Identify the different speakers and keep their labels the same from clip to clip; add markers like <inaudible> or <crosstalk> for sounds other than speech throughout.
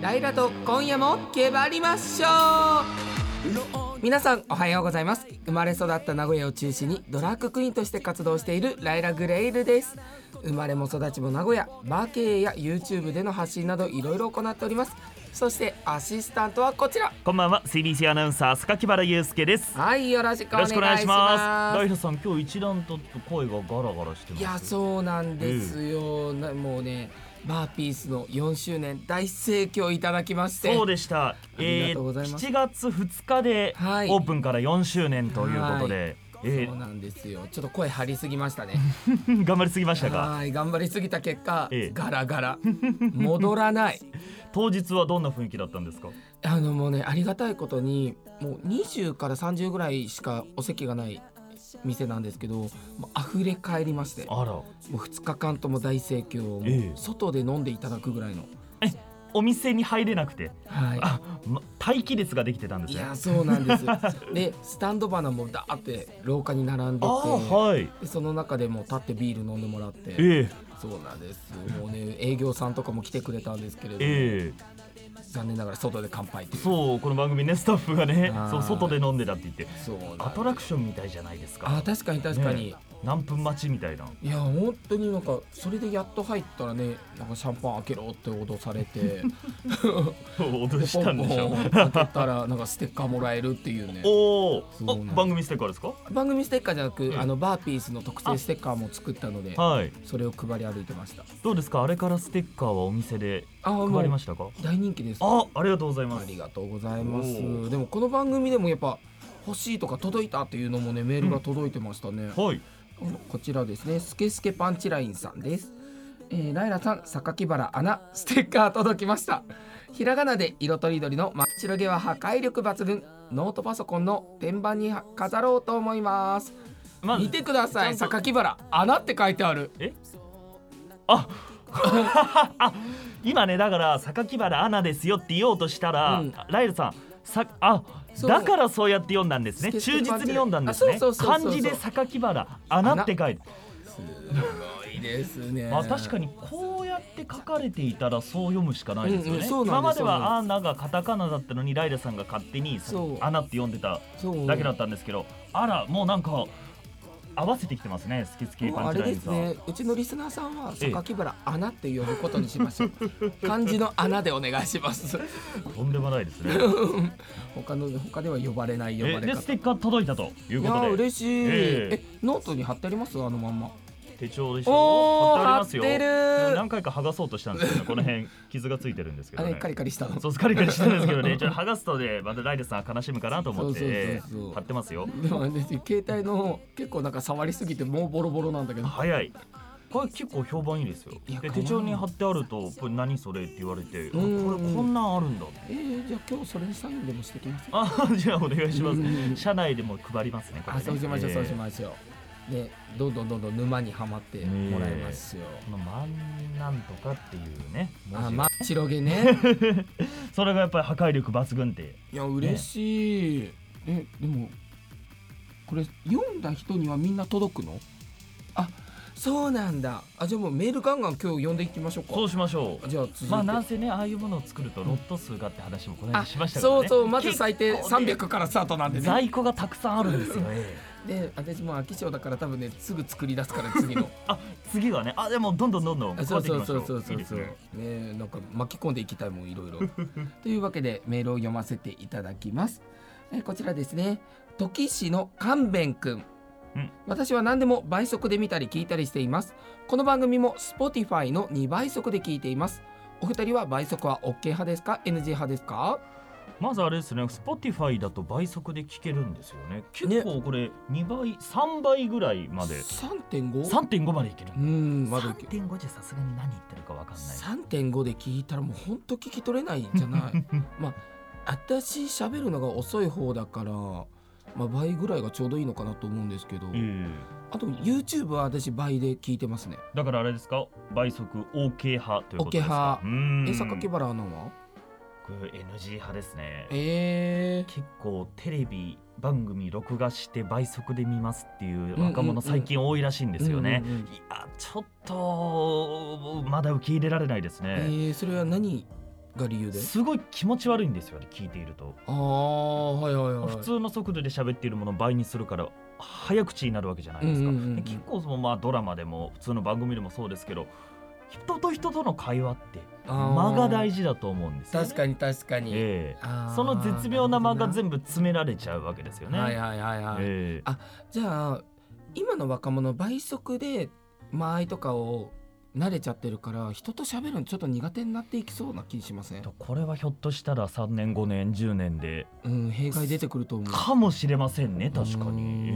Speaker 1: ライラと今夜もけばりましょう皆さんおはようございます生まれ育った名古屋を中心にドラッグクイーンとして活動しているライラグレイルです生まれも育ちも名古屋バー経営や YouTube での発信などいろいろ行っておりますそしてアシスタントはこちら
Speaker 2: こんばんは CBC アナウンサー榊原祐介ですよ
Speaker 1: はいよろしくお願
Speaker 2: ろ
Speaker 1: い
Speaker 2: し
Speaker 1: し
Speaker 2: くお願いしま
Speaker 1: ますす
Speaker 2: ライラさん今日一段と声がガラガラしてます
Speaker 1: いやそうなんですよ、なもうねマーピースの4周年大盛況いただきまして
Speaker 2: そうでした
Speaker 1: りがとうございます
Speaker 2: 7月2日でオ
Speaker 1: はい
Speaker 2: ープンから4周年ということで、え
Speaker 1: そう
Speaker 2: ー
Speaker 1: なんですよちょっと声張りすぎましたね
Speaker 2: <laughs> 頑張りすぎましたが
Speaker 1: はい頑張りすぎた結果、
Speaker 2: ええ
Speaker 1: ガラガラ戻らない
Speaker 2: 当日はどんな雰囲気だったんですか
Speaker 1: あのもうねありがたいことにもう20から30ぐらいしかお席がない店なんですけどもう溢れ返りましても
Speaker 2: あら
Speaker 1: う2日間とも大盛況もう
Speaker 2: ええ
Speaker 1: 外で飲んでいただくぐらいの、
Speaker 2: お店に入れなくて
Speaker 1: はい
Speaker 2: あ、ま、待機列ができてたんで
Speaker 1: い
Speaker 2: すね
Speaker 1: やそうなんですでスタンド花もダーって廊下に並んでて、
Speaker 2: あーはい
Speaker 1: でその中でも立ってビール飲んでもらって
Speaker 2: ええ
Speaker 1: そうなんですもうね営業さんとかも来てくれたんですけれども、
Speaker 2: ええ
Speaker 1: 残念ながら外で乾杯という
Speaker 2: そうこの番組ねスタッフがね
Speaker 1: はい
Speaker 2: そう外で飲んでたって言って
Speaker 1: そうなんです
Speaker 2: アトラクションみたいじゃないですか
Speaker 1: あ確かに確かに、
Speaker 2: ね何分待ち
Speaker 1: <laughs>
Speaker 2: みたいない
Speaker 1: や本当になんかそれでやっと入ったらねなんかシャンパン開けろって脅され
Speaker 2: <laughs>
Speaker 1: て
Speaker 2: 脅したんでしょ
Speaker 1: ポンポン開けたらなんかステッカーもらえるっていうね
Speaker 2: お
Speaker 1: そうなん
Speaker 2: ー
Speaker 1: です
Speaker 2: あ番組ステッカーですか
Speaker 1: 番組ステッカーじゃなく、
Speaker 2: ええ
Speaker 1: あのバーピースの特製ステッカーも作ったので
Speaker 2: はい
Speaker 1: それを配り歩いてました
Speaker 2: どうですかあれからステッカーはお店で
Speaker 1: あーも
Speaker 2: 配りま
Speaker 1: う
Speaker 2: したか
Speaker 1: 大人気ですあ
Speaker 2: あありがとうございます
Speaker 1: りがとうございます
Speaker 2: おー
Speaker 1: でもこの番組でもやっぱ欲しいとか届いたっていうのもねメールが届いてましたね、
Speaker 2: はい
Speaker 1: こちらですね、スケスケパンチラインさんです。えーライラさん、榊原アナ、ステッカー届きました。ひらがなで色とりどりの真っ白毛は破壊力抜群。ノートパソコンの天板に飾ろうと思います。
Speaker 2: まあ
Speaker 1: 見てください、
Speaker 2: ちゃんと
Speaker 1: 榊原アナって書いてある。
Speaker 2: ああ今ねだから榊原アナですよって言おうとしたら、
Speaker 1: うん
Speaker 2: ライルさんさあ
Speaker 1: そう
Speaker 2: だからそうやって読んだんですね
Speaker 1: スケスケ
Speaker 2: 忠実
Speaker 1: パンチ
Speaker 2: に読んだんです
Speaker 1: あ
Speaker 2: ね
Speaker 1: そうそうそうそう
Speaker 2: 漢字で榊原アナって書いて、
Speaker 1: すごいですね。
Speaker 2: まあ、確かにこうやって書かれていたらそう読むしかないですよね、
Speaker 1: うんうんそうなんです
Speaker 2: 今まで
Speaker 1: そう
Speaker 2: は
Speaker 1: な
Speaker 2: アナがカタカナだったのにライルさんが勝手に
Speaker 1: そう
Speaker 2: アナって読んでた
Speaker 1: そう
Speaker 2: だけだったんですけど、あらもうなんか合わせてきてますねスケスケ
Speaker 1: もう
Speaker 2: パ
Speaker 1: あ
Speaker 2: ンチ
Speaker 1: れ
Speaker 2: ライ
Speaker 1: で
Speaker 2: ン
Speaker 1: す
Speaker 2: さん、
Speaker 1: ね。うちのリスナーさんは
Speaker 2: ええ
Speaker 1: 榊原アナって呼ぶことにしましょう。漢字の穴でお願いします。
Speaker 2: とんでもないです
Speaker 1: <laughs>
Speaker 2: ね
Speaker 1: 他の他では呼ばれない呼ば
Speaker 2: え
Speaker 1: れ
Speaker 2: で
Speaker 1: 方
Speaker 2: ス。テッカー届いたという
Speaker 1: い
Speaker 2: こと
Speaker 1: や
Speaker 2: で
Speaker 1: 嬉しい、
Speaker 2: え
Speaker 1: えノートに貼ってありますあのまんま
Speaker 2: 手帳でし
Speaker 1: お
Speaker 2: ょ
Speaker 1: ー
Speaker 2: 貼ってありますよ
Speaker 1: 貼ってる
Speaker 2: 何回か剥がそうとしたんですけどこの辺 <laughs> 傷がついてるんですけ
Speaker 1: あ
Speaker 2: ど
Speaker 1: れ
Speaker 2: ね
Speaker 1: カリカリしたの
Speaker 2: そうカリカリしてるんですけどねちょっと剥がすとねまたライデさんは悲しむかなと思って
Speaker 1: そうそうそう
Speaker 2: え
Speaker 1: そう
Speaker 2: ー貼ってますよ
Speaker 1: でもあれですよ携帯の結構なんか触りすぎてもうボロボロなんだけど
Speaker 2: 早いこれ結構評判いいですよ
Speaker 1: いや
Speaker 2: で
Speaker 1: 可愛い
Speaker 2: 手帳に貼ってあるとこれ何それって言われてあこれこ
Speaker 1: ん
Speaker 2: んなんあるんだ <laughs>
Speaker 1: えー、じゃあ今日それにサインでもしてきます
Speaker 2: あじゃあお願いしま
Speaker 1: うん
Speaker 2: す社内でも配りますねこれ
Speaker 1: あ
Speaker 2: ね
Speaker 1: そうしましょう
Speaker 2: えー
Speaker 1: そうしましょうでどんどんどんどん沼にはまってもらいますよ、
Speaker 2: このマンなんとかっていうね文字
Speaker 1: あ
Speaker 2: が
Speaker 1: 真っ白毛
Speaker 2: <laughs>
Speaker 1: ね
Speaker 2: それがやっぱり破壊力抜群って
Speaker 1: いや嬉しい、えでもこれ読んだ人にはみんな届くのあそうなんだあじゃあもうメールガンガン今日読んでいきましょうか
Speaker 2: そうしましょう
Speaker 1: じゃあ続いて、
Speaker 2: まあなんせねああいうものを作るとロット数がって話もこの間しましたからね、
Speaker 1: そうそうまず最低
Speaker 2: 結構ね
Speaker 1: 300からスタートなんでね
Speaker 2: 在庫がたくさんあるん
Speaker 1: <laughs>
Speaker 2: ですよ、ええ
Speaker 1: で私も飽き性だから多分ねすぐ作り出すから次
Speaker 2: <laughs>
Speaker 1: の
Speaker 2: あ次はねあでもどんどんどんどん
Speaker 1: あ
Speaker 2: 変
Speaker 1: そ
Speaker 2: わっ
Speaker 1: う
Speaker 2: てい
Speaker 1: そ
Speaker 2: き
Speaker 1: うそ
Speaker 2: ましょ
Speaker 1: う
Speaker 2: う
Speaker 1: そうそう
Speaker 2: いい
Speaker 1: ね
Speaker 2: ですね
Speaker 1: えなんか巻き込んでいきたいもんいろい <laughs> ろというわけでメールを読ませていただきますえこちらですね土岐市の勘弁くん
Speaker 2: うん
Speaker 1: 私は何でも倍速で見たり聞いたりしていますこの番組も Spotify の2倍速で聞いていますお二人は倍速は OK 派ですか NG 派ですか
Speaker 2: まずあれですね Spotify だと倍速で聞けるんですよね結構これ2倍3倍ぐらいまで
Speaker 1: 3.5?
Speaker 2: 3.5までいける
Speaker 1: うんまだいけ
Speaker 2: 3.5じゃさすがに何言ってるかわかんない
Speaker 1: 3.5で聞いたらもうほんと聞き取れないんじゃない
Speaker 2: <laughs>
Speaker 1: まあ私喋るのが遅い方だから、まあ、倍ぐらいがちょうどいいのかなと思うんですけど、
Speaker 2: え
Speaker 1: あと YouTube は私倍で聞いてますね、
Speaker 2: えだからあれですか倍速 OK 派ということです
Speaker 1: OK
Speaker 2: か
Speaker 1: 派
Speaker 2: OK 派
Speaker 1: え榊原アナは
Speaker 2: 僕 NG 派ですね
Speaker 1: え
Speaker 2: 結構テレビ番組録画して倍速で見ますっていう
Speaker 1: うんう
Speaker 2: 若
Speaker 1: んうん
Speaker 2: 者最近多いらしいんですよね、
Speaker 1: うんうんうん
Speaker 2: いやちょっとまだ受け入れられないです
Speaker 1: ー、え
Speaker 2: ね、
Speaker 1: ーそれは何が理由です
Speaker 2: ごい気持ち悪いんですよね聞いていると
Speaker 1: ああはいはいはい
Speaker 2: 普通の速度で喋っているものを倍にするから早口になるわけじゃないですか、
Speaker 1: うんうんうんうん
Speaker 2: で結構そのまあドラマでも普通の番組でもそうですけど人と人との会話って間が大
Speaker 1: 事
Speaker 2: 事だと思うんですよ、ね、
Speaker 1: 確かに確かに、
Speaker 2: ええ
Speaker 1: あー
Speaker 2: その絶妙な間が
Speaker 1: る
Speaker 2: 全部詰められちゃうわけですよ
Speaker 1: ほ
Speaker 2: ね
Speaker 1: どなはいはいはいはい、
Speaker 2: ええ
Speaker 1: じゃあ今の若者倍速で間合いとかを慣れちゃってるから人と喋るのちょっと苦手になっていきそうな気しません
Speaker 2: とこれはひょっとしたら3年5年10年で
Speaker 1: うん弊害出てくると思う
Speaker 2: かもしれませんね確か
Speaker 1: うー
Speaker 2: に、
Speaker 1: ん
Speaker 2: え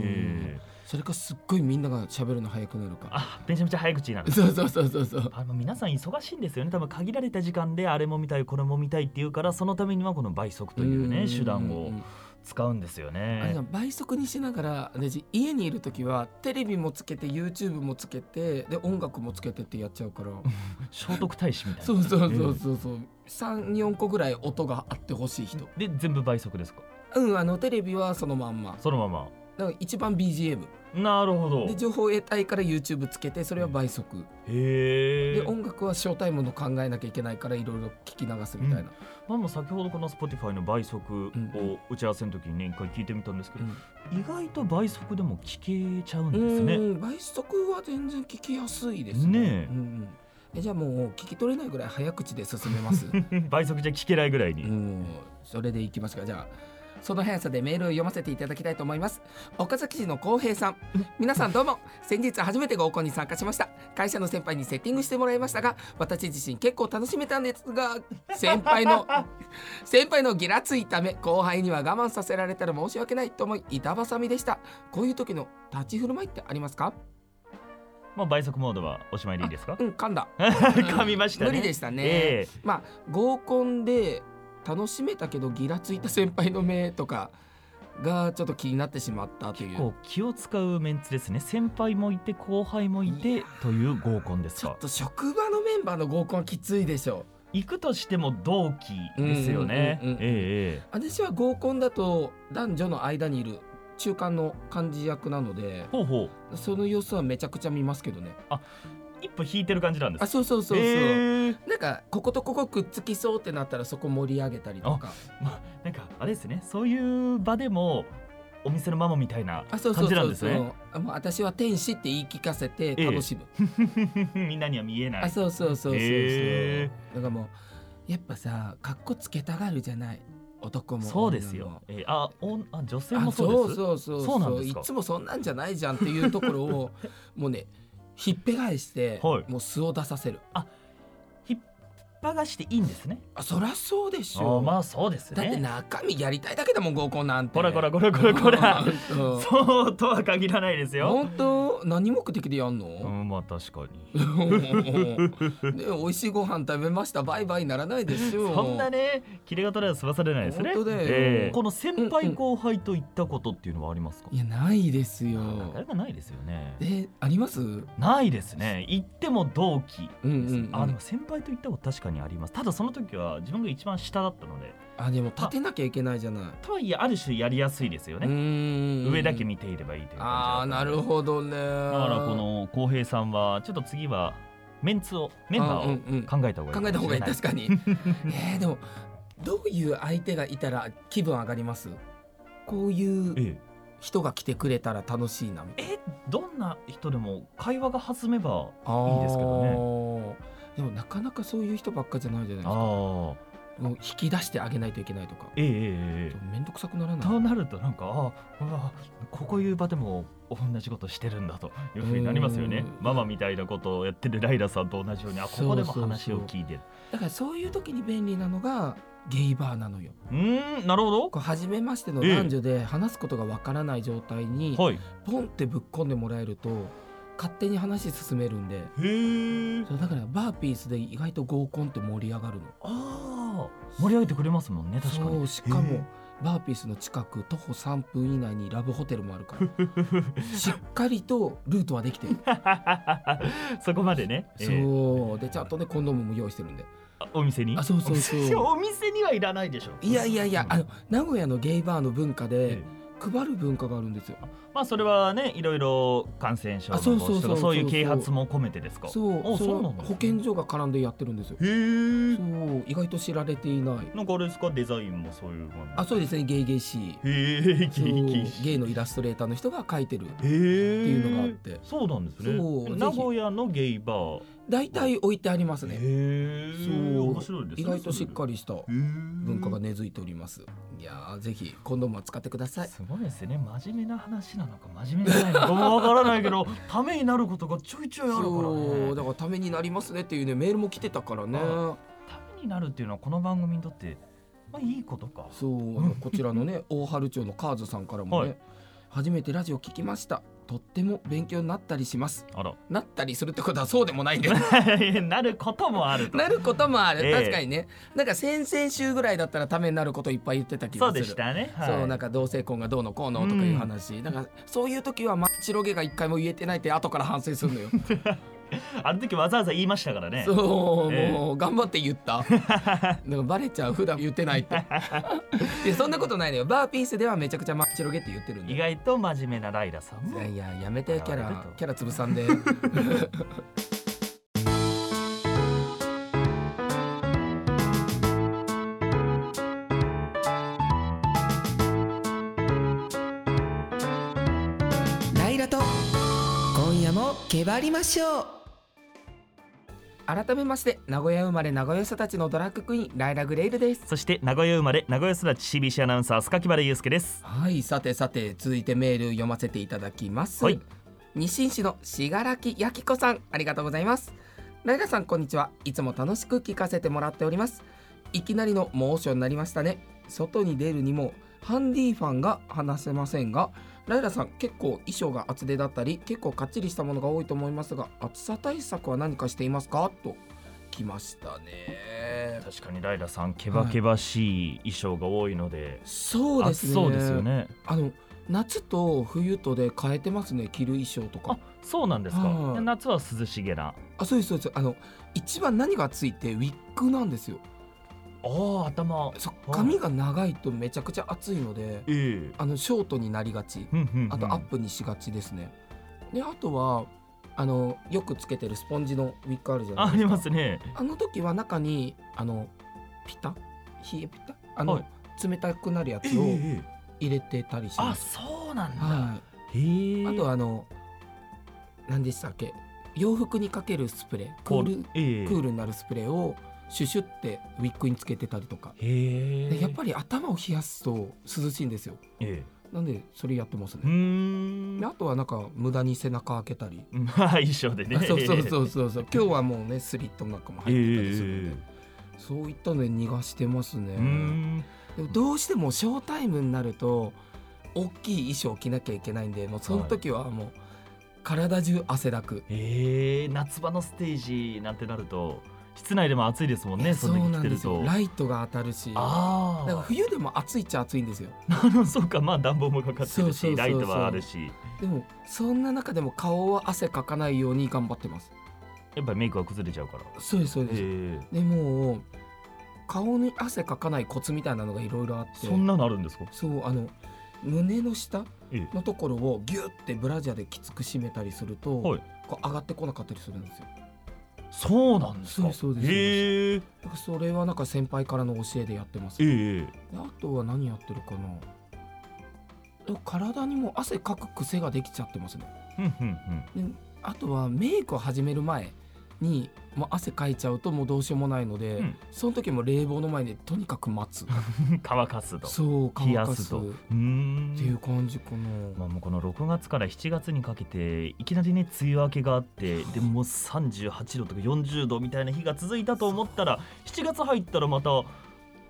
Speaker 2: え
Speaker 1: それかすっごいみんなが喋るの早くなるか
Speaker 2: あめちゃめちゃ早口になる
Speaker 1: そうそうそうそうそう
Speaker 2: あの皆さん忙しいんですよね多分限られた時間であれも見たいこれも見たいっていうからそのためにはこの倍速というね
Speaker 1: ん
Speaker 2: 手段
Speaker 1: う
Speaker 2: を
Speaker 1: んうん
Speaker 2: 使うんですよ
Speaker 1: あれだ
Speaker 2: ね。
Speaker 1: 倍速にしながら私家にいる時はテレビもつけて YouTube もつけてで音楽もつけてってやっちゃうから
Speaker 2: 聖徳太子みたい
Speaker 1: そ
Speaker 2: な。
Speaker 1: うそうそうそうそう34個ぐらい音があってほしい人
Speaker 2: で全部倍速ですか
Speaker 1: うんあのテレビはそのまんま
Speaker 2: そのまま。
Speaker 1: だから一番 BGM
Speaker 2: なるほど。
Speaker 1: で情報を得たいから YouTube つけてそれは倍速
Speaker 2: へ
Speaker 1: で
Speaker 2: え。
Speaker 1: 音楽はショータイムの考えなきゃいけないからいろいろ聞き流すみたいな、
Speaker 2: まあもう先ほどこの Spotify の倍速を打ち合わせの時にね一回聞いてみたんですけど、意外と倍速でも聞けちゃうん
Speaker 1: うん
Speaker 2: ですね。
Speaker 1: うん倍速は全然聞きやすいですね
Speaker 2: ねえ
Speaker 1: うんうんえじゃあもう聞き取れないぐらい早口で進め
Speaker 2: <laughs>
Speaker 1: ます、
Speaker 2: 倍速じゃ聞けないぐらいに。
Speaker 1: うん、それでいきますかじゃあその速さでメールを読ませていただきたいと思います岡崎市の浩平さん皆さんどうも先日初めて合コンに参加しました会社の先輩にセッティングしてもらいましたが私自身結構楽しめたんですが先輩
Speaker 2: <laughs>
Speaker 1: の先輩のギラついため後輩には我慢させられたら申し訳ないと思い板挟みでしたこういう時の立ち振る舞いってありますか
Speaker 2: まあ倍速モードはおしまいでいいですか
Speaker 1: う？ん噛んだ
Speaker 2: <laughs> 噛みましたね。
Speaker 1: 無理でしたね
Speaker 2: ええ
Speaker 1: まあ合コンで楽しめたけどギラついた先輩の目とかがちょっと気になってしまったとい
Speaker 2: 結
Speaker 1: う
Speaker 2: 構気を使うメンツですね先輩もいて後輩もい
Speaker 1: い
Speaker 2: て
Speaker 1: や
Speaker 2: という合コンです
Speaker 1: ちょっ
Speaker 2: か
Speaker 1: と職場のメンバーの合コンはきついでしょ
Speaker 2: 行くとしても同期ですよね
Speaker 1: うんうんうんうん
Speaker 2: えええ
Speaker 1: 私は合コンだと男女の間にいる中間の幹事役なので
Speaker 2: えほうほう
Speaker 1: その様子はめちゃくちゃ見ますけどね
Speaker 2: 一歩引いてる感じなんです
Speaker 1: あ
Speaker 2: か
Speaker 1: そうそうそうそう、
Speaker 2: ええ
Speaker 1: なんかこことここくっつきそうってなったらそこ盛り上げたりとか
Speaker 2: まあなんかあれですねそういう場でもお店のママみたいな
Speaker 1: あ
Speaker 2: 感
Speaker 1: そうそう
Speaker 2: じな
Speaker 1: そ
Speaker 2: ん
Speaker 1: う
Speaker 2: です
Speaker 1: そう、
Speaker 2: ね
Speaker 1: もう私は天使って言い聞かせて楽しむ、
Speaker 2: <laughs> みんなには見えな
Speaker 1: あ
Speaker 2: い
Speaker 1: そうそうそうそうそう、
Speaker 2: へ
Speaker 1: だからもうやっぱさかっこつけたがるじゃない男も
Speaker 2: そうです
Speaker 1: 女も
Speaker 2: よ、ええあおんあ女性
Speaker 1: あ
Speaker 2: も
Speaker 1: そ
Speaker 2: そう
Speaker 1: う
Speaker 2: です
Speaker 1: そうそう
Speaker 2: そうなんですか
Speaker 1: いつもそんなんじゃないじゃんっていうところ
Speaker 2: <laughs>
Speaker 1: をもうねひっぺ返して、
Speaker 2: はい
Speaker 1: もう素を出させる
Speaker 2: 引っ張がしていいんですね
Speaker 1: あそりゃそうでし
Speaker 2: あ
Speaker 1: ょ
Speaker 2: まあそうです
Speaker 1: だって
Speaker 2: ね
Speaker 1: 中身やりたいだけだもん合コンなんて
Speaker 2: こらこらこらこらこら
Speaker 1: うんうん
Speaker 2: <laughs> そうとは限らないですよ
Speaker 1: 本当何目的でやんの、
Speaker 2: <laughs> うん、まあ確かに。
Speaker 1: で美味しいご飯食べましたバイバイならない <laughs> でしょ
Speaker 2: そんなね、切れ方では済まされないですね。
Speaker 1: 本当だよ
Speaker 2: ええこの先輩後輩と行ったことっていうのはありますか。
Speaker 1: いやないですよ
Speaker 2: なかなかないですよね。
Speaker 1: えありますうん
Speaker 2: ないですね。行っても同期。
Speaker 1: うん、うん、
Speaker 2: あ、でも先輩と行ったこと確かにあります。ただその時は自分が一番下だったので、
Speaker 1: あでも立てなきゃいけないじゃない、
Speaker 2: とはいえある種やりやすいですよ
Speaker 1: う
Speaker 2: ね。
Speaker 1: ーん
Speaker 2: 上だけ見ていればいいという感じだった
Speaker 1: ああーなる
Speaker 2: ど。
Speaker 1: ほどねだ
Speaker 2: だからこの浩平さんはちょっと次はメンツをメン
Speaker 1: うんう
Speaker 2: バ
Speaker 1: んうん
Speaker 2: ーを考えた方がいいかも
Speaker 1: 考え
Speaker 2: しれない。
Speaker 1: た方がいい確かにえー、でもどういう相手がいたら気分上がりますこういう
Speaker 2: ええ
Speaker 1: 人が来てくれたら楽しいなみたい
Speaker 2: えどんな人でも会話が弾めば
Speaker 1: なあー
Speaker 2: いいですけどね
Speaker 1: でもなかなかそういう人ばっかじゃないじゃないですか
Speaker 2: ああ
Speaker 1: もう引き出してあげないといけないとか
Speaker 2: ええええええ
Speaker 1: めんどくさくならない
Speaker 2: となるとなんかああうわここいう場でも同じことしてるんだというふうになりますよね
Speaker 1: うん
Speaker 2: ママみたいなことをやってるライラさんと同じようにあここでも話を聞いてる
Speaker 1: だからそういう時に便利なのがゲイバーなのよ
Speaker 2: うーんなるほど
Speaker 1: こう初めましての
Speaker 2: ええ
Speaker 1: 男女で話すことがわからない状態に
Speaker 2: はい
Speaker 1: ポンってぶっ込んでもらえると勝手に話進めるんで
Speaker 2: へえ
Speaker 1: そうだからバーピースで意外と合コンって盛り上がるの
Speaker 2: ああ盛り上げてくれますもんね確か
Speaker 1: そう
Speaker 2: に
Speaker 1: しか
Speaker 2: へ
Speaker 1: もバーピースの近く徒歩3分以内にラブホテルもあるから
Speaker 2: <laughs>
Speaker 1: しっかりとルートはできてる
Speaker 2: え <laughs> そこまでね、 <laughs> ええ
Speaker 1: そうでちゃんとねコンドームも用意してるんで
Speaker 2: あお店に
Speaker 1: あそう
Speaker 2: <laughs>
Speaker 1: そうそう
Speaker 2: お店にはいらないでしょ
Speaker 1: いやいやいやあの名古屋のゲイバーの文化
Speaker 2: え
Speaker 1: で
Speaker 2: え
Speaker 1: 配る文化があるんですよ
Speaker 2: まあそれはねいろいろ感染症の
Speaker 1: あそう
Speaker 2: 防
Speaker 1: そうそう
Speaker 2: 止
Speaker 1: そう
Speaker 2: とかそういう啓発も込めてですか
Speaker 1: そう
Speaker 2: あ
Speaker 1: そ
Speaker 2: そうな
Speaker 1: の
Speaker 2: んです
Speaker 1: 保
Speaker 2: ね
Speaker 1: 健所が絡んでやってるんですよ
Speaker 2: へえ
Speaker 1: そう意外と知られていない
Speaker 2: なんかあれですかデザインもそういう感
Speaker 1: あそうですねゲイゲイシー
Speaker 2: じへえゲイ
Speaker 1: そう
Speaker 2: ゲイ
Speaker 1: ゲイのイラストレーターの人が描いてる
Speaker 2: へえ
Speaker 1: っていうのがあって
Speaker 2: そうなんですね
Speaker 1: そうぜひ
Speaker 2: 名古屋のゲイバー
Speaker 1: 大体置いてあります
Speaker 2: へ
Speaker 1: ね
Speaker 2: え
Speaker 1: そう
Speaker 2: 面白いですね
Speaker 1: 意外としっか
Speaker 2: り
Speaker 1: りした文
Speaker 2: 文
Speaker 1: 化が根付いておりますいやーぜひ今度も使ってください
Speaker 2: すごいですね真面目な話なのか真面目じゃないのかもわからないけど <laughs> ためになることがちょいちょいあるから
Speaker 1: そう
Speaker 2: ね
Speaker 1: だからためになりますねっていうねメールも来てたからね
Speaker 2: あためになるっていうのはこの番組にとってまあいいことか
Speaker 1: そうあのこちらの <laughs> ね大春町のカーズさんからもね、
Speaker 2: はい
Speaker 1: 初めてラジオ聞きましたとっても勉強になったりします
Speaker 2: あら
Speaker 1: なったりするってことはそうでもないんだよ
Speaker 2: <laughs> なることもあると
Speaker 1: なることもある、
Speaker 2: ええ
Speaker 1: 確かにねなんか先々週ぐらいだったらためになることいっぱい言ってた気が
Speaker 2: そ
Speaker 1: す
Speaker 2: うで
Speaker 1: る
Speaker 2: したねはい
Speaker 1: そうなんか同性婚がどうのこうのとかいう話、なんかそういう時は真っ白毛が一回も言えてないって後から反省す
Speaker 2: <laughs>
Speaker 1: るのよ、
Speaker 2: あの時わざわざ言いましたからね
Speaker 1: そう、
Speaker 2: ええ
Speaker 1: もう頑張って言ったなんかバレちゃう普段言ってない
Speaker 2: <laughs>
Speaker 1: っていやそんなことないのよバーピースではめちゃくちゃ真っ白毛って言ってるんで
Speaker 2: 意外と真面目なライラさん
Speaker 1: い
Speaker 2: も
Speaker 1: やいややめてキャ
Speaker 2: あれ
Speaker 1: ラ
Speaker 2: だと
Speaker 1: キャラ潰さ <laughs> んでライラと今夜もけばりましょう改めまして名古屋生まれ名古屋育ちのドラッグクイーンライラグレイルです
Speaker 2: そして名古屋生まれ名古屋育ち CBC アナウンサー塚木原祐介です
Speaker 1: はいさてさて続いてメール読ませていただきます、
Speaker 2: はい
Speaker 1: 日清市のしがらきやきこさんありがとうございますライラさんこんにちはいつも楽しく聞かせてもらっておりますいきなりの猛暑になりましたね外に出るにもハンディファンが離せませんがライラさん結構衣装が厚手だったり結構かっちりしたものが多いと思いますが暑さ対策は何かしていますかと来ましたね
Speaker 2: 確かにライラさんケバケバしい衣装が多いので、
Speaker 1: そうですね
Speaker 2: 暑そうですよね
Speaker 1: あの夏と冬とで変えてますね着る衣装と
Speaker 2: あ
Speaker 1: か
Speaker 2: そうなんですか、
Speaker 1: はい
Speaker 2: で夏は涼しげな
Speaker 1: あそうですそうですあの一番何がついてウィッグなんですよ
Speaker 2: あー頭
Speaker 1: そう
Speaker 2: はい
Speaker 1: 髪が長いとめちゃくちゃ暑いので
Speaker 2: ええ
Speaker 1: あのショートになりがち
Speaker 2: ふんふんふん
Speaker 1: あとアップにしがちですねであとはあのよくつけてるスポンジのウィッグあるじゃない
Speaker 2: あ
Speaker 1: です
Speaker 2: あ
Speaker 1: か
Speaker 2: りますね
Speaker 1: あの時は中にあのピタ冷えピタあの、
Speaker 2: はい
Speaker 1: 冷たくなるやつを
Speaker 2: え
Speaker 1: 入れてたりしま
Speaker 2: あ
Speaker 1: す、
Speaker 2: そうなんだ、
Speaker 1: はい
Speaker 2: へえ
Speaker 1: あとはあの何でしたっけ洋服にかけるスプレークール
Speaker 2: ええ
Speaker 1: クールになるスプレーをシュシュってウィッグにつけてたりとか
Speaker 2: へえ
Speaker 1: でやっぱり頭を冷やすと涼しいんですよ
Speaker 2: りえ
Speaker 1: なんでそれやってます
Speaker 2: えうー
Speaker 1: ね
Speaker 2: ん
Speaker 1: であとはなんか無駄に背中開けたり
Speaker 2: まあ衣装でね
Speaker 1: あそうそうそうそうそう今日はもうねスリットなんかも
Speaker 2: ええ
Speaker 1: 入ってたりするので
Speaker 2: え
Speaker 1: そういったので逃がしてます
Speaker 2: え
Speaker 1: ね
Speaker 2: うーん
Speaker 1: でもどうしてもショータイムになると大きい衣装を着なきゃいけないんでもうその時はもう体中汗だく
Speaker 2: ええ夏場のステージなんてなると室内でも暑いですもん
Speaker 1: いや
Speaker 2: ねそ
Speaker 1: うんな
Speaker 2: なに着
Speaker 1: ん
Speaker 2: て
Speaker 1: で
Speaker 2: る
Speaker 1: すよ
Speaker 2: と
Speaker 1: ライトが当たるしだ
Speaker 2: あ
Speaker 1: から
Speaker 2: あ
Speaker 1: 冬でも暑いっちゃ暑いんですよ
Speaker 2: あの <laughs> そうかまあ暖房もかかって
Speaker 1: そう
Speaker 2: る
Speaker 1: そうそうそう
Speaker 2: しライトはあるし
Speaker 1: でもそんな中でも顔は汗かかないように頑張ってます
Speaker 2: やっぱりメイクは崩れちゃうから
Speaker 1: そうですそう
Speaker 2: ええ
Speaker 1: です、でもう顔に汗かかないコツみたいなのがいろいろあって
Speaker 2: そんなのあるんですか
Speaker 1: そうあの胸の下
Speaker 2: ええ
Speaker 1: のところをギュってブラジャーできつく締めたりすると、
Speaker 2: はい
Speaker 1: こう上がってこなかったりするんですよ
Speaker 2: そうなんです
Speaker 1: そう
Speaker 2: か
Speaker 1: ですそうです
Speaker 2: へえ
Speaker 1: だからそれはなんか先輩からの教えでやってます
Speaker 2: え
Speaker 1: で
Speaker 2: え
Speaker 1: あとは何やってるかなでも体にもう汗かく癖ができちゃってますね
Speaker 2: うんうんうん
Speaker 1: であとはメイクを始める前にもう汗かいちゃうともうどうしようもないので、
Speaker 2: うん
Speaker 1: その時も冷房の前でとにかく待つ
Speaker 2: 乾かすと
Speaker 1: そう乾
Speaker 2: 冷
Speaker 1: か
Speaker 2: や
Speaker 1: す
Speaker 2: すと
Speaker 1: っ
Speaker 2: うーん
Speaker 1: ていう感じかな、
Speaker 2: まあ、もうこの6月から7月にかけていきなりね梅雨明けがあってでもう38度とか40度みたいな日が続いたと思ったら7月入ったらまた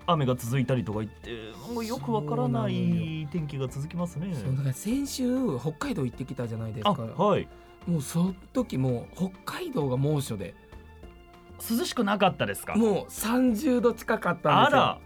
Speaker 2: 雨が続いたりとか言ってもうよくわからな
Speaker 1: そうなの
Speaker 2: い天気が続きますね。
Speaker 1: そうだから先週北海道行ってきたじゃないです
Speaker 2: あ
Speaker 1: か
Speaker 2: はい
Speaker 1: もうその時もう北海道が猛暑で
Speaker 2: 涼しくなかったですか
Speaker 1: もう30度近かった
Speaker 2: あ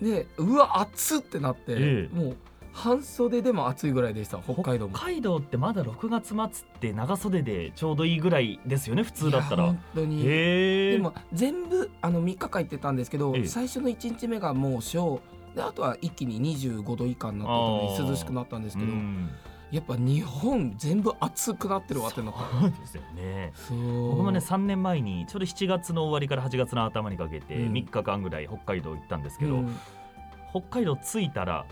Speaker 1: んですよ
Speaker 2: ら
Speaker 1: でうわ暑っってなって、
Speaker 2: ええ
Speaker 1: もう半袖でも暑いぐらいでした北海道も
Speaker 2: 北海道ってまだ6月末って長袖でちょうどいいぐらいですよね普通だった
Speaker 1: いや
Speaker 2: ら。
Speaker 1: 本当に
Speaker 2: へえ
Speaker 1: でも全部あの3日間行ってたんですけど、
Speaker 2: ええ
Speaker 1: 最初の1日目が猛暑であとは一気に25度以下になってたので涼しくなったんですけど、
Speaker 2: うん
Speaker 1: やっぱ日本全部暑くなってるわってなった
Speaker 2: そうですよね
Speaker 1: そう
Speaker 2: 僕もね3年前にちょうど7月の終わりから8月の頭にかけて
Speaker 1: うん
Speaker 2: 3日間ぐらい北海道行ったんですけ
Speaker 1: う
Speaker 2: ど、
Speaker 1: ん
Speaker 2: 北海道着いたら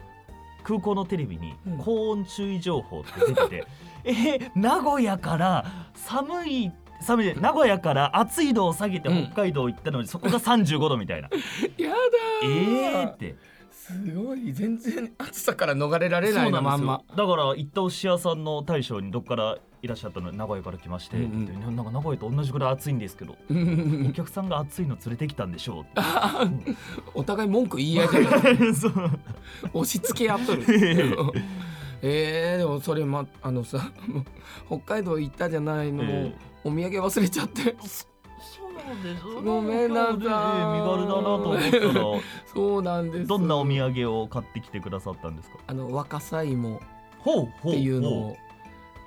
Speaker 2: 空港のテレビに
Speaker 1: うん
Speaker 2: 高温注意情報って出てて、 <laughs> え名古屋から寒い寒い名古屋から暑い度を下げて
Speaker 1: うん
Speaker 2: 北海道行ったのに、そこが35度み
Speaker 1: <laughs>
Speaker 2: たいな
Speaker 1: やだ
Speaker 2: え
Speaker 1: ー
Speaker 2: ーって
Speaker 1: すごい全然暑さから逃れられ
Speaker 2: そう
Speaker 1: な
Speaker 2: ないん
Speaker 1: のまんま
Speaker 2: ですよだから行ったお寿司屋さんの大将にどっからいらっしゃったの名古屋から来まして、
Speaker 1: うんうん
Speaker 2: ってなんか名古屋と同じぐらい暑いんですけど
Speaker 1: うんうんう
Speaker 2: お
Speaker 1: ん
Speaker 2: 客さんが暑いの連れてきたんでしょうって
Speaker 1: <laughs> お互い文句言
Speaker 2: <laughs>
Speaker 1: い合いじゃない
Speaker 2: そう
Speaker 1: 押し付け合っ
Speaker 2: <laughs>
Speaker 1: とるえー、でもそれまあのさもう北海道行ったじゃないの、
Speaker 2: え
Speaker 1: お土産忘れちゃって
Speaker 2: そうです
Speaker 1: ごめんなさい
Speaker 2: そうですええ身軽だなと
Speaker 1: <laughs>
Speaker 2: 思った
Speaker 1: そうなんで
Speaker 2: ら
Speaker 1: す
Speaker 2: どんなお土産を買ってきてくださったんですか
Speaker 1: あの若さ芋っ
Speaker 2: ほうほ
Speaker 1: ていうの
Speaker 2: ほ
Speaker 1: を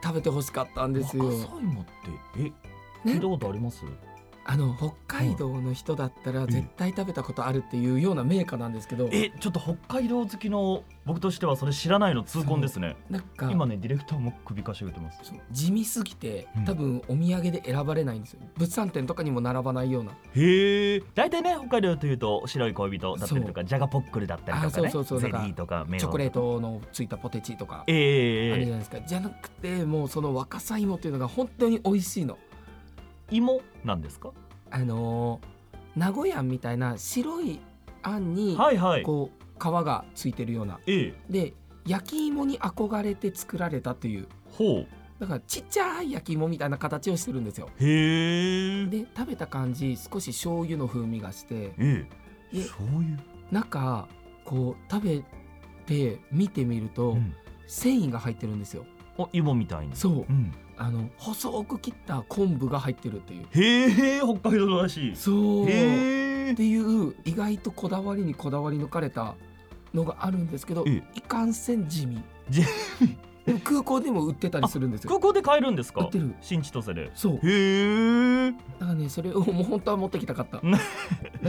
Speaker 1: 食べてほしかったんですよ
Speaker 2: 若さ芋ってえ聞いたことあります
Speaker 1: あの北海道の人だったら絶対食べたことあるっていうような銘菓なんですけど
Speaker 2: えちょっと北海道好きの僕としてはそれ知らないの痛恨ですね
Speaker 1: なんか
Speaker 2: 今ねディレクターも首かしげてます
Speaker 1: そう地味すぎて
Speaker 2: うん
Speaker 1: 多分お土産で選ばれないんですよ物産展とかにも並ばないような
Speaker 2: へえ大体ね北海道というと白い恋人だったりとかジャガポックルだったりとか
Speaker 1: あ
Speaker 2: ね
Speaker 1: そうそうそう
Speaker 2: ゼ
Speaker 1: だから
Speaker 2: リーとかメロン
Speaker 1: チ
Speaker 2: とか
Speaker 1: ョコレートのついたポテチとか
Speaker 2: ええ
Speaker 1: あるじゃ
Speaker 2: ええ
Speaker 1: ないですかじゃなくてもうその若さ芋っていうのが本当に美味しいの。
Speaker 2: 芋なんですか
Speaker 1: あのー名古屋みたいな白いあんに
Speaker 2: はいはい
Speaker 1: こう皮がついてるような
Speaker 2: ええ
Speaker 1: で焼き芋に憧れて作られたという
Speaker 2: ほ
Speaker 1: だからちっちゃい焼き芋みたいな形をしてるんですよ。
Speaker 2: うへえ
Speaker 1: で食べた感じ少し醤油の風味がして
Speaker 2: ええ
Speaker 1: で
Speaker 2: 醤油
Speaker 1: 中こう食べて見てみると、
Speaker 2: うん
Speaker 1: 繊維が入ってるんですよ
Speaker 2: お芋みたいに
Speaker 1: そう
Speaker 2: うん
Speaker 1: あの細く切った昆布が入ってるっていう
Speaker 2: へえ北海道らしい
Speaker 1: そうっ
Speaker 2: へえ
Speaker 1: ていう意外とこだわりにこだわり抜かれたのがあるんですけど
Speaker 2: え
Speaker 1: いかんせん地味
Speaker 2: 地
Speaker 1: でも空港でも売ってたりするんですよ
Speaker 2: 空港で買えるんです
Speaker 1: 売
Speaker 2: か
Speaker 1: ってる
Speaker 2: 新千歳で
Speaker 1: そう
Speaker 2: へえ
Speaker 1: だからねそれを <laughs> もう本当は持ってきたかっただ
Speaker 2: うん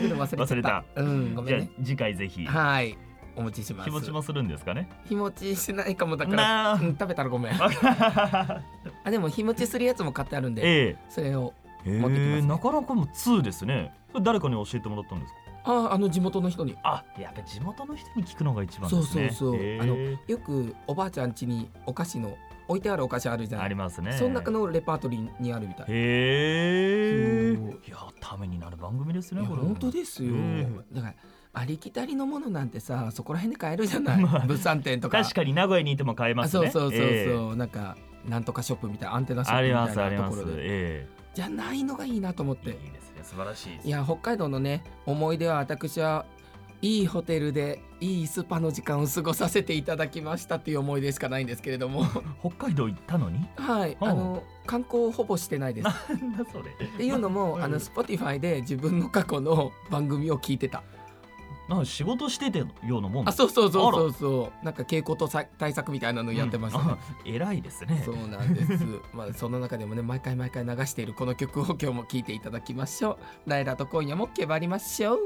Speaker 1: けど忘れちゃった
Speaker 2: 忘れた
Speaker 1: うんごめ
Speaker 2: じ
Speaker 1: ん
Speaker 2: ゃあ
Speaker 1: ね
Speaker 2: 次回ぜひ
Speaker 1: はいお持ちします
Speaker 2: 日持ちもするんですかね
Speaker 1: 日持ちしないかもだから
Speaker 2: な
Speaker 1: うん食べたらごめん
Speaker 2: あ
Speaker 1: あでも日持ちするやつも買ってあるんで
Speaker 2: <laughs> ええ
Speaker 1: それを
Speaker 2: へ
Speaker 1: 持ってきます
Speaker 2: え
Speaker 1: ね
Speaker 2: なかなかもう2ですねそれ誰かに教えてもらったんですか
Speaker 1: ああの地元の人に
Speaker 2: あやっぱり地元の人に聞くのが一番ですね
Speaker 1: そうそうそう
Speaker 2: へえ
Speaker 1: あよくおばあちゃん家にお菓子の置いてあるお菓子あるじゃな
Speaker 2: あり
Speaker 1: い
Speaker 2: ますね
Speaker 1: その中のレパートリーにあるみたいい
Speaker 2: へえ
Speaker 1: そう
Speaker 2: いやためになる番組ですね
Speaker 1: や
Speaker 2: これ
Speaker 1: 本当ですよ
Speaker 2: うん
Speaker 1: だからありきたりのものなんてさそこら辺で買えるじゃない、
Speaker 2: <laughs> まあ
Speaker 1: 物産展とか
Speaker 2: 確かに名古屋にいても買えま
Speaker 1: あ
Speaker 2: す
Speaker 1: そう
Speaker 2: ね
Speaker 1: そうそうそう、
Speaker 2: ええ
Speaker 1: なんかなんとかショップみたいなアンテナショッ
Speaker 2: あ
Speaker 1: プ
Speaker 2: りま
Speaker 1: み
Speaker 2: す
Speaker 1: た
Speaker 2: あ
Speaker 1: い
Speaker 2: り
Speaker 1: なと
Speaker 2: ま
Speaker 1: こ
Speaker 2: す
Speaker 1: ろで
Speaker 2: え
Speaker 1: じゃないのがいいなと思っ
Speaker 2: え
Speaker 1: て
Speaker 2: いいですね素晴らしいです
Speaker 1: いや北海道のね思い出は私はいいホテルでいいスパの時間を過ごさせていただきましたっていう思い出しかないんですけれども <laughs>
Speaker 2: 北海道行ったのに <laughs>
Speaker 1: はいあの観光をほぼしてないです
Speaker 2: なんだそれ
Speaker 1: っていうのも、
Speaker 2: うん
Speaker 1: あの Spotify で自分の過去の番組を聞いてた。
Speaker 2: なんか仕事しててようなもん
Speaker 1: あ、そうそうそうそうそう。なんか傾向とさ対策みたいなのやってました、
Speaker 2: うん
Speaker 1: ね
Speaker 2: あ。偉いですね
Speaker 1: そうなんです。 <laughs> まあその中でもね毎回毎回流しているこの曲を今日も聴いていただきましょう。ライラと今夜もけばりましょう。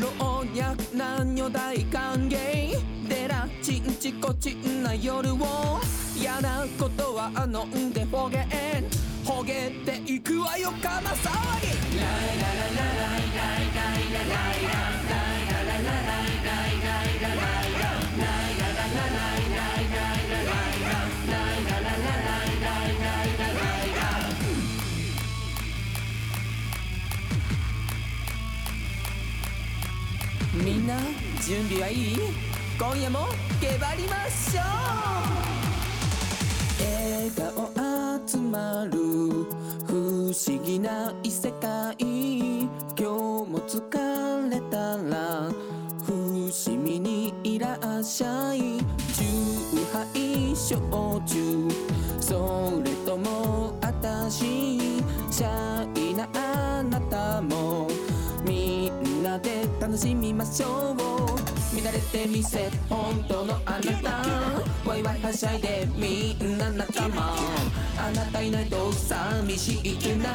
Speaker 1: 老若男女大歓迎でらちんちこちんな夜を嫌なことは飲んでほげんほげていくわよかな騒ぎみんな準備はいい今夜もけばりましょう笑顔集まる不思議な異世界今日も疲れたら伏見にいらっしゃい酎ハイ焼酎それともあたしシャイなあなたもみんなで楽しみましょう乱れてみせ本当のあなたワイワイはしゃいでみんな仲間あなたいないと寂しいけない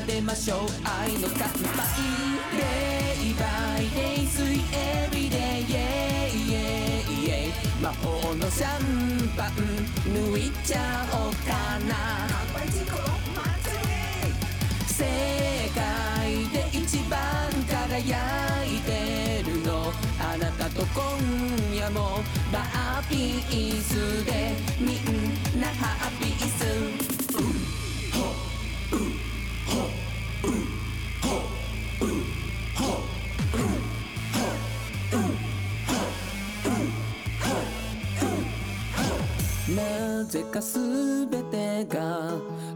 Speaker 3: 奏でましょう愛の活売 Day by day 水 everyday yeah, yeah, yeah 魔法のシャンパン抜いちゃおうかな世界で一番輝いてるのあなたと今夜もバーピースでみんなハッピースなぜかすべてが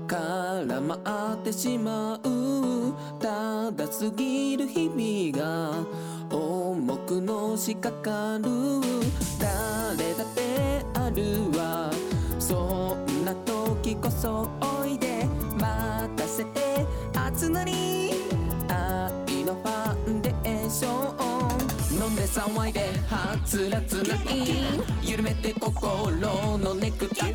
Speaker 3: 絡まってしまうただ過ぎる日々が重くのしかかる誰だってあるわそんな時こそおいで待たせて熱なり愛のファンデーション飲んで騒いではつらつない緩めて心のネクタイ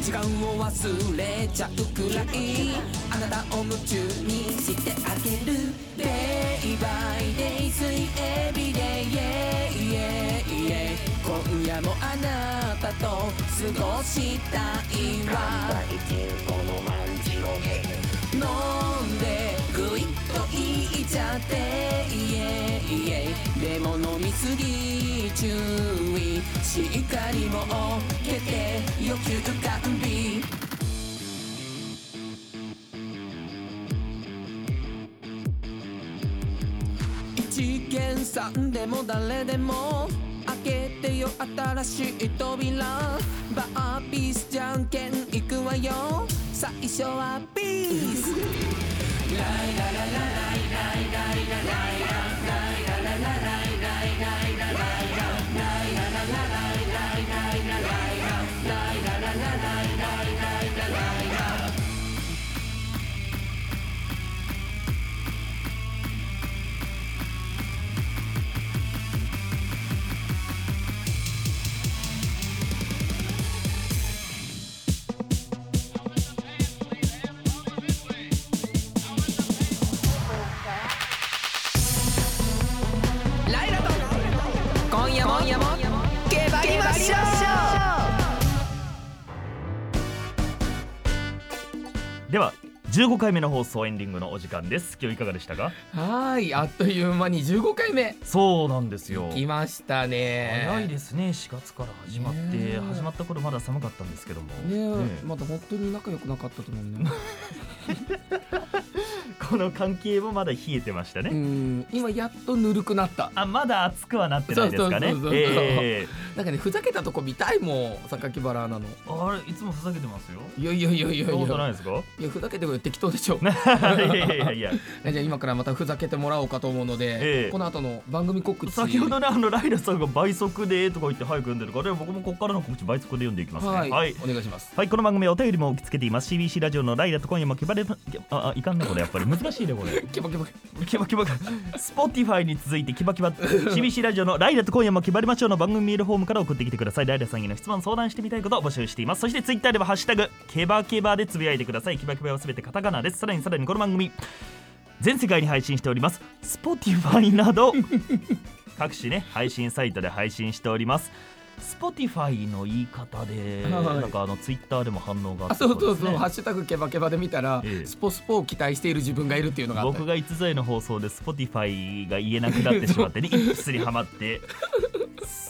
Speaker 3: 時間を忘れちゃうくらいあなたを夢中にしてあげる Day by day 水 everyday yeah, yeah, yeah 今夜もあなたと過ごしたいわ飲んでグイッといっちゃってイエイエイでも飲みすぎ注意しっかりも受けて欲求管理一軒さんでも誰でも開けてよ新しい扉バーピースじゃんけんいくわよ最初はピースライラと今夜も今夜もけばりましょ
Speaker 2: では15回目の放送エンディングのお時間です今日いかがでしたか
Speaker 1: はーいあっという間に15回目
Speaker 2: そうなんですよ
Speaker 1: 来ましたね
Speaker 2: 早いですね4月から始まって、
Speaker 1: ねえ
Speaker 2: 始まった頃まだ寒かったんですけども、
Speaker 1: ねえ
Speaker 2: ねえ
Speaker 1: まだ本当に仲良くなかったと思う
Speaker 2: <laughs>
Speaker 1: ね
Speaker 2: この関係もまだ冷えてましたね、
Speaker 1: うん今やっとぬるくなった
Speaker 2: あまだ熱くはなってないですかね
Speaker 1: そうそうそうそう
Speaker 2: ええ
Speaker 1: なんかねふざけたとこ見たいもん榊原アナの
Speaker 2: あれいつもふざけてますよ
Speaker 1: いやいやいやいやい
Speaker 2: そんなことな
Speaker 1: や
Speaker 2: いですか
Speaker 1: いやふざけてくれ適当でしょ
Speaker 2: いやいやいやい
Speaker 1: <laughs>
Speaker 2: や
Speaker 1: じゃあ今からまたふざけてもらおうかと思うので、
Speaker 2: ええ
Speaker 1: この後の番組告知
Speaker 2: 先ほどねあのライラさんが倍速でとか言って早く読んでるから僕もここからの告知倍速で読んでいきますね
Speaker 1: はい、
Speaker 2: はい
Speaker 1: お願いします
Speaker 2: はい、この番組はお便りも受け付けています CBC ラジオのライダと今夜もケバレああいかんねこれやっぱり難しいねこれ
Speaker 1: キバキバ
Speaker 2: キバキバスポティファイに続いてキバキバ CBC ラジオのライダと今夜も決まりましょうの番組メールフォームから送ってきてくださいライダさんへの質問相談してみたいことを募集していますそしてツイッターではハッシュタグケバケバでつぶやいてくださいキバキバはすべてカタカナですさらにさらにこの番組全世界に配信しておりますスポティファイなど各種ね配信サイトで配信しておりますスポティファイの言い方で、
Speaker 1: はい
Speaker 2: なんかあのツイッターでも反応があ
Speaker 1: あ
Speaker 2: った
Speaker 1: そう
Speaker 2: で
Speaker 1: そう
Speaker 2: す
Speaker 1: そう、
Speaker 2: ね
Speaker 1: ハッシュタグケバケバで見たら、
Speaker 2: ええ
Speaker 1: スポスポを期待している自分がいるっていうのがあった
Speaker 2: 僕が逸材の放送で Spotify が言えなくなってし
Speaker 1: <laughs>
Speaker 2: まってねイップスにはまって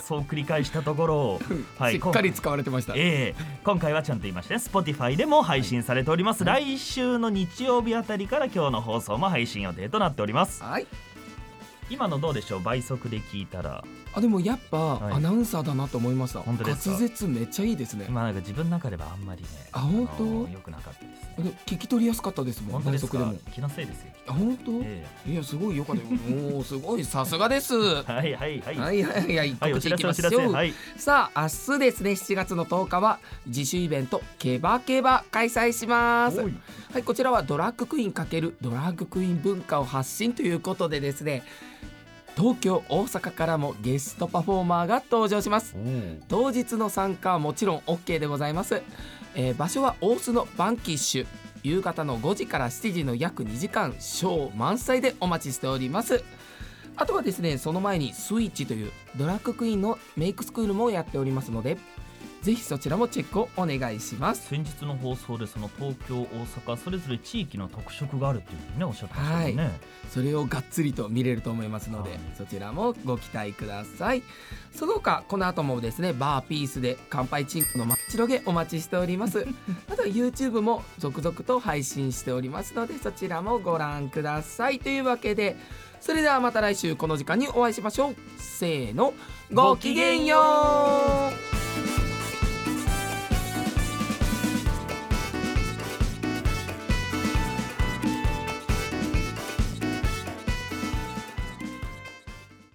Speaker 2: そう繰り返したところを、
Speaker 1: しっかり
Speaker 2: 今
Speaker 1: 使われてました、
Speaker 2: ええ今回はちゃんと言いましたね Spotify でも配信されております、来週の日曜日あたりから今日の放送も配信予定となっております
Speaker 1: はい
Speaker 2: 今のどうでしょう倍速で聞いたら
Speaker 1: あでもやっぱ、
Speaker 2: い
Speaker 1: アナウンサーだなと思いました
Speaker 2: 本当ですか
Speaker 1: 滑舌めっちゃいいですね、
Speaker 2: まあなんか自分の中ではあんまりね
Speaker 1: あ本当
Speaker 2: の良くなかったですね
Speaker 1: で聞き取りやすかったですも
Speaker 2: 本
Speaker 1: ん
Speaker 2: 当
Speaker 1: 倍
Speaker 2: です
Speaker 1: 速で
Speaker 2: か
Speaker 1: も
Speaker 2: 気のせいですよ、
Speaker 1: あ本当、
Speaker 2: え
Speaker 1: いやすごいよかった
Speaker 2: <laughs>
Speaker 1: よもうすごいさすがですは
Speaker 2: えはいはいはい
Speaker 1: いはいはい
Speaker 2: はい、お
Speaker 1: 告知
Speaker 2: 知
Speaker 1: い
Speaker 2: ら
Speaker 1: き
Speaker 2: せ
Speaker 1: ま
Speaker 2: お
Speaker 1: し
Speaker 2: 知らせ
Speaker 1: ょう、
Speaker 2: はい
Speaker 1: さあ明日ですね7月の10日は自主イベントケバケバ開催します
Speaker 2: おい
Speaker 1: はい、こちらはドラッグクイーン×ドラッグクイーン文化を発信ということでですね東京大阪からもゲストパフォーマーが登場します
Speaker 2: おう
Speaker 1: 当日の参加はもちろん OK でございます、えー場所は大須のバンキッシュ夕方の5時から7時の約2時間ショー満載でお待ちしておりますあとはですねその前にスイッチというドラッグクイーンのメイクスクールもやっておりますのでぜひそちらもチェックをお願いします
Speaker 2: 先日の放送でその東京大阪それぞれ地域の特色があるっていうふうにねおっしゃってましたもんね、
Speaker 1: それをがっつりと見れると思いますので、
Speaker 2: はい
Speaker 1: そちらもご期待くださいその他この後もですねバーピースで乾杯チンコのまっちろげお待ちしております
Speaker 2: <laughs>
Speaker 1: あとは YouTube も続々と配信しておりますのでそちらもご覧くださいというわけでそれではまた来週この時間にお会いしましょうせーのごきげんよう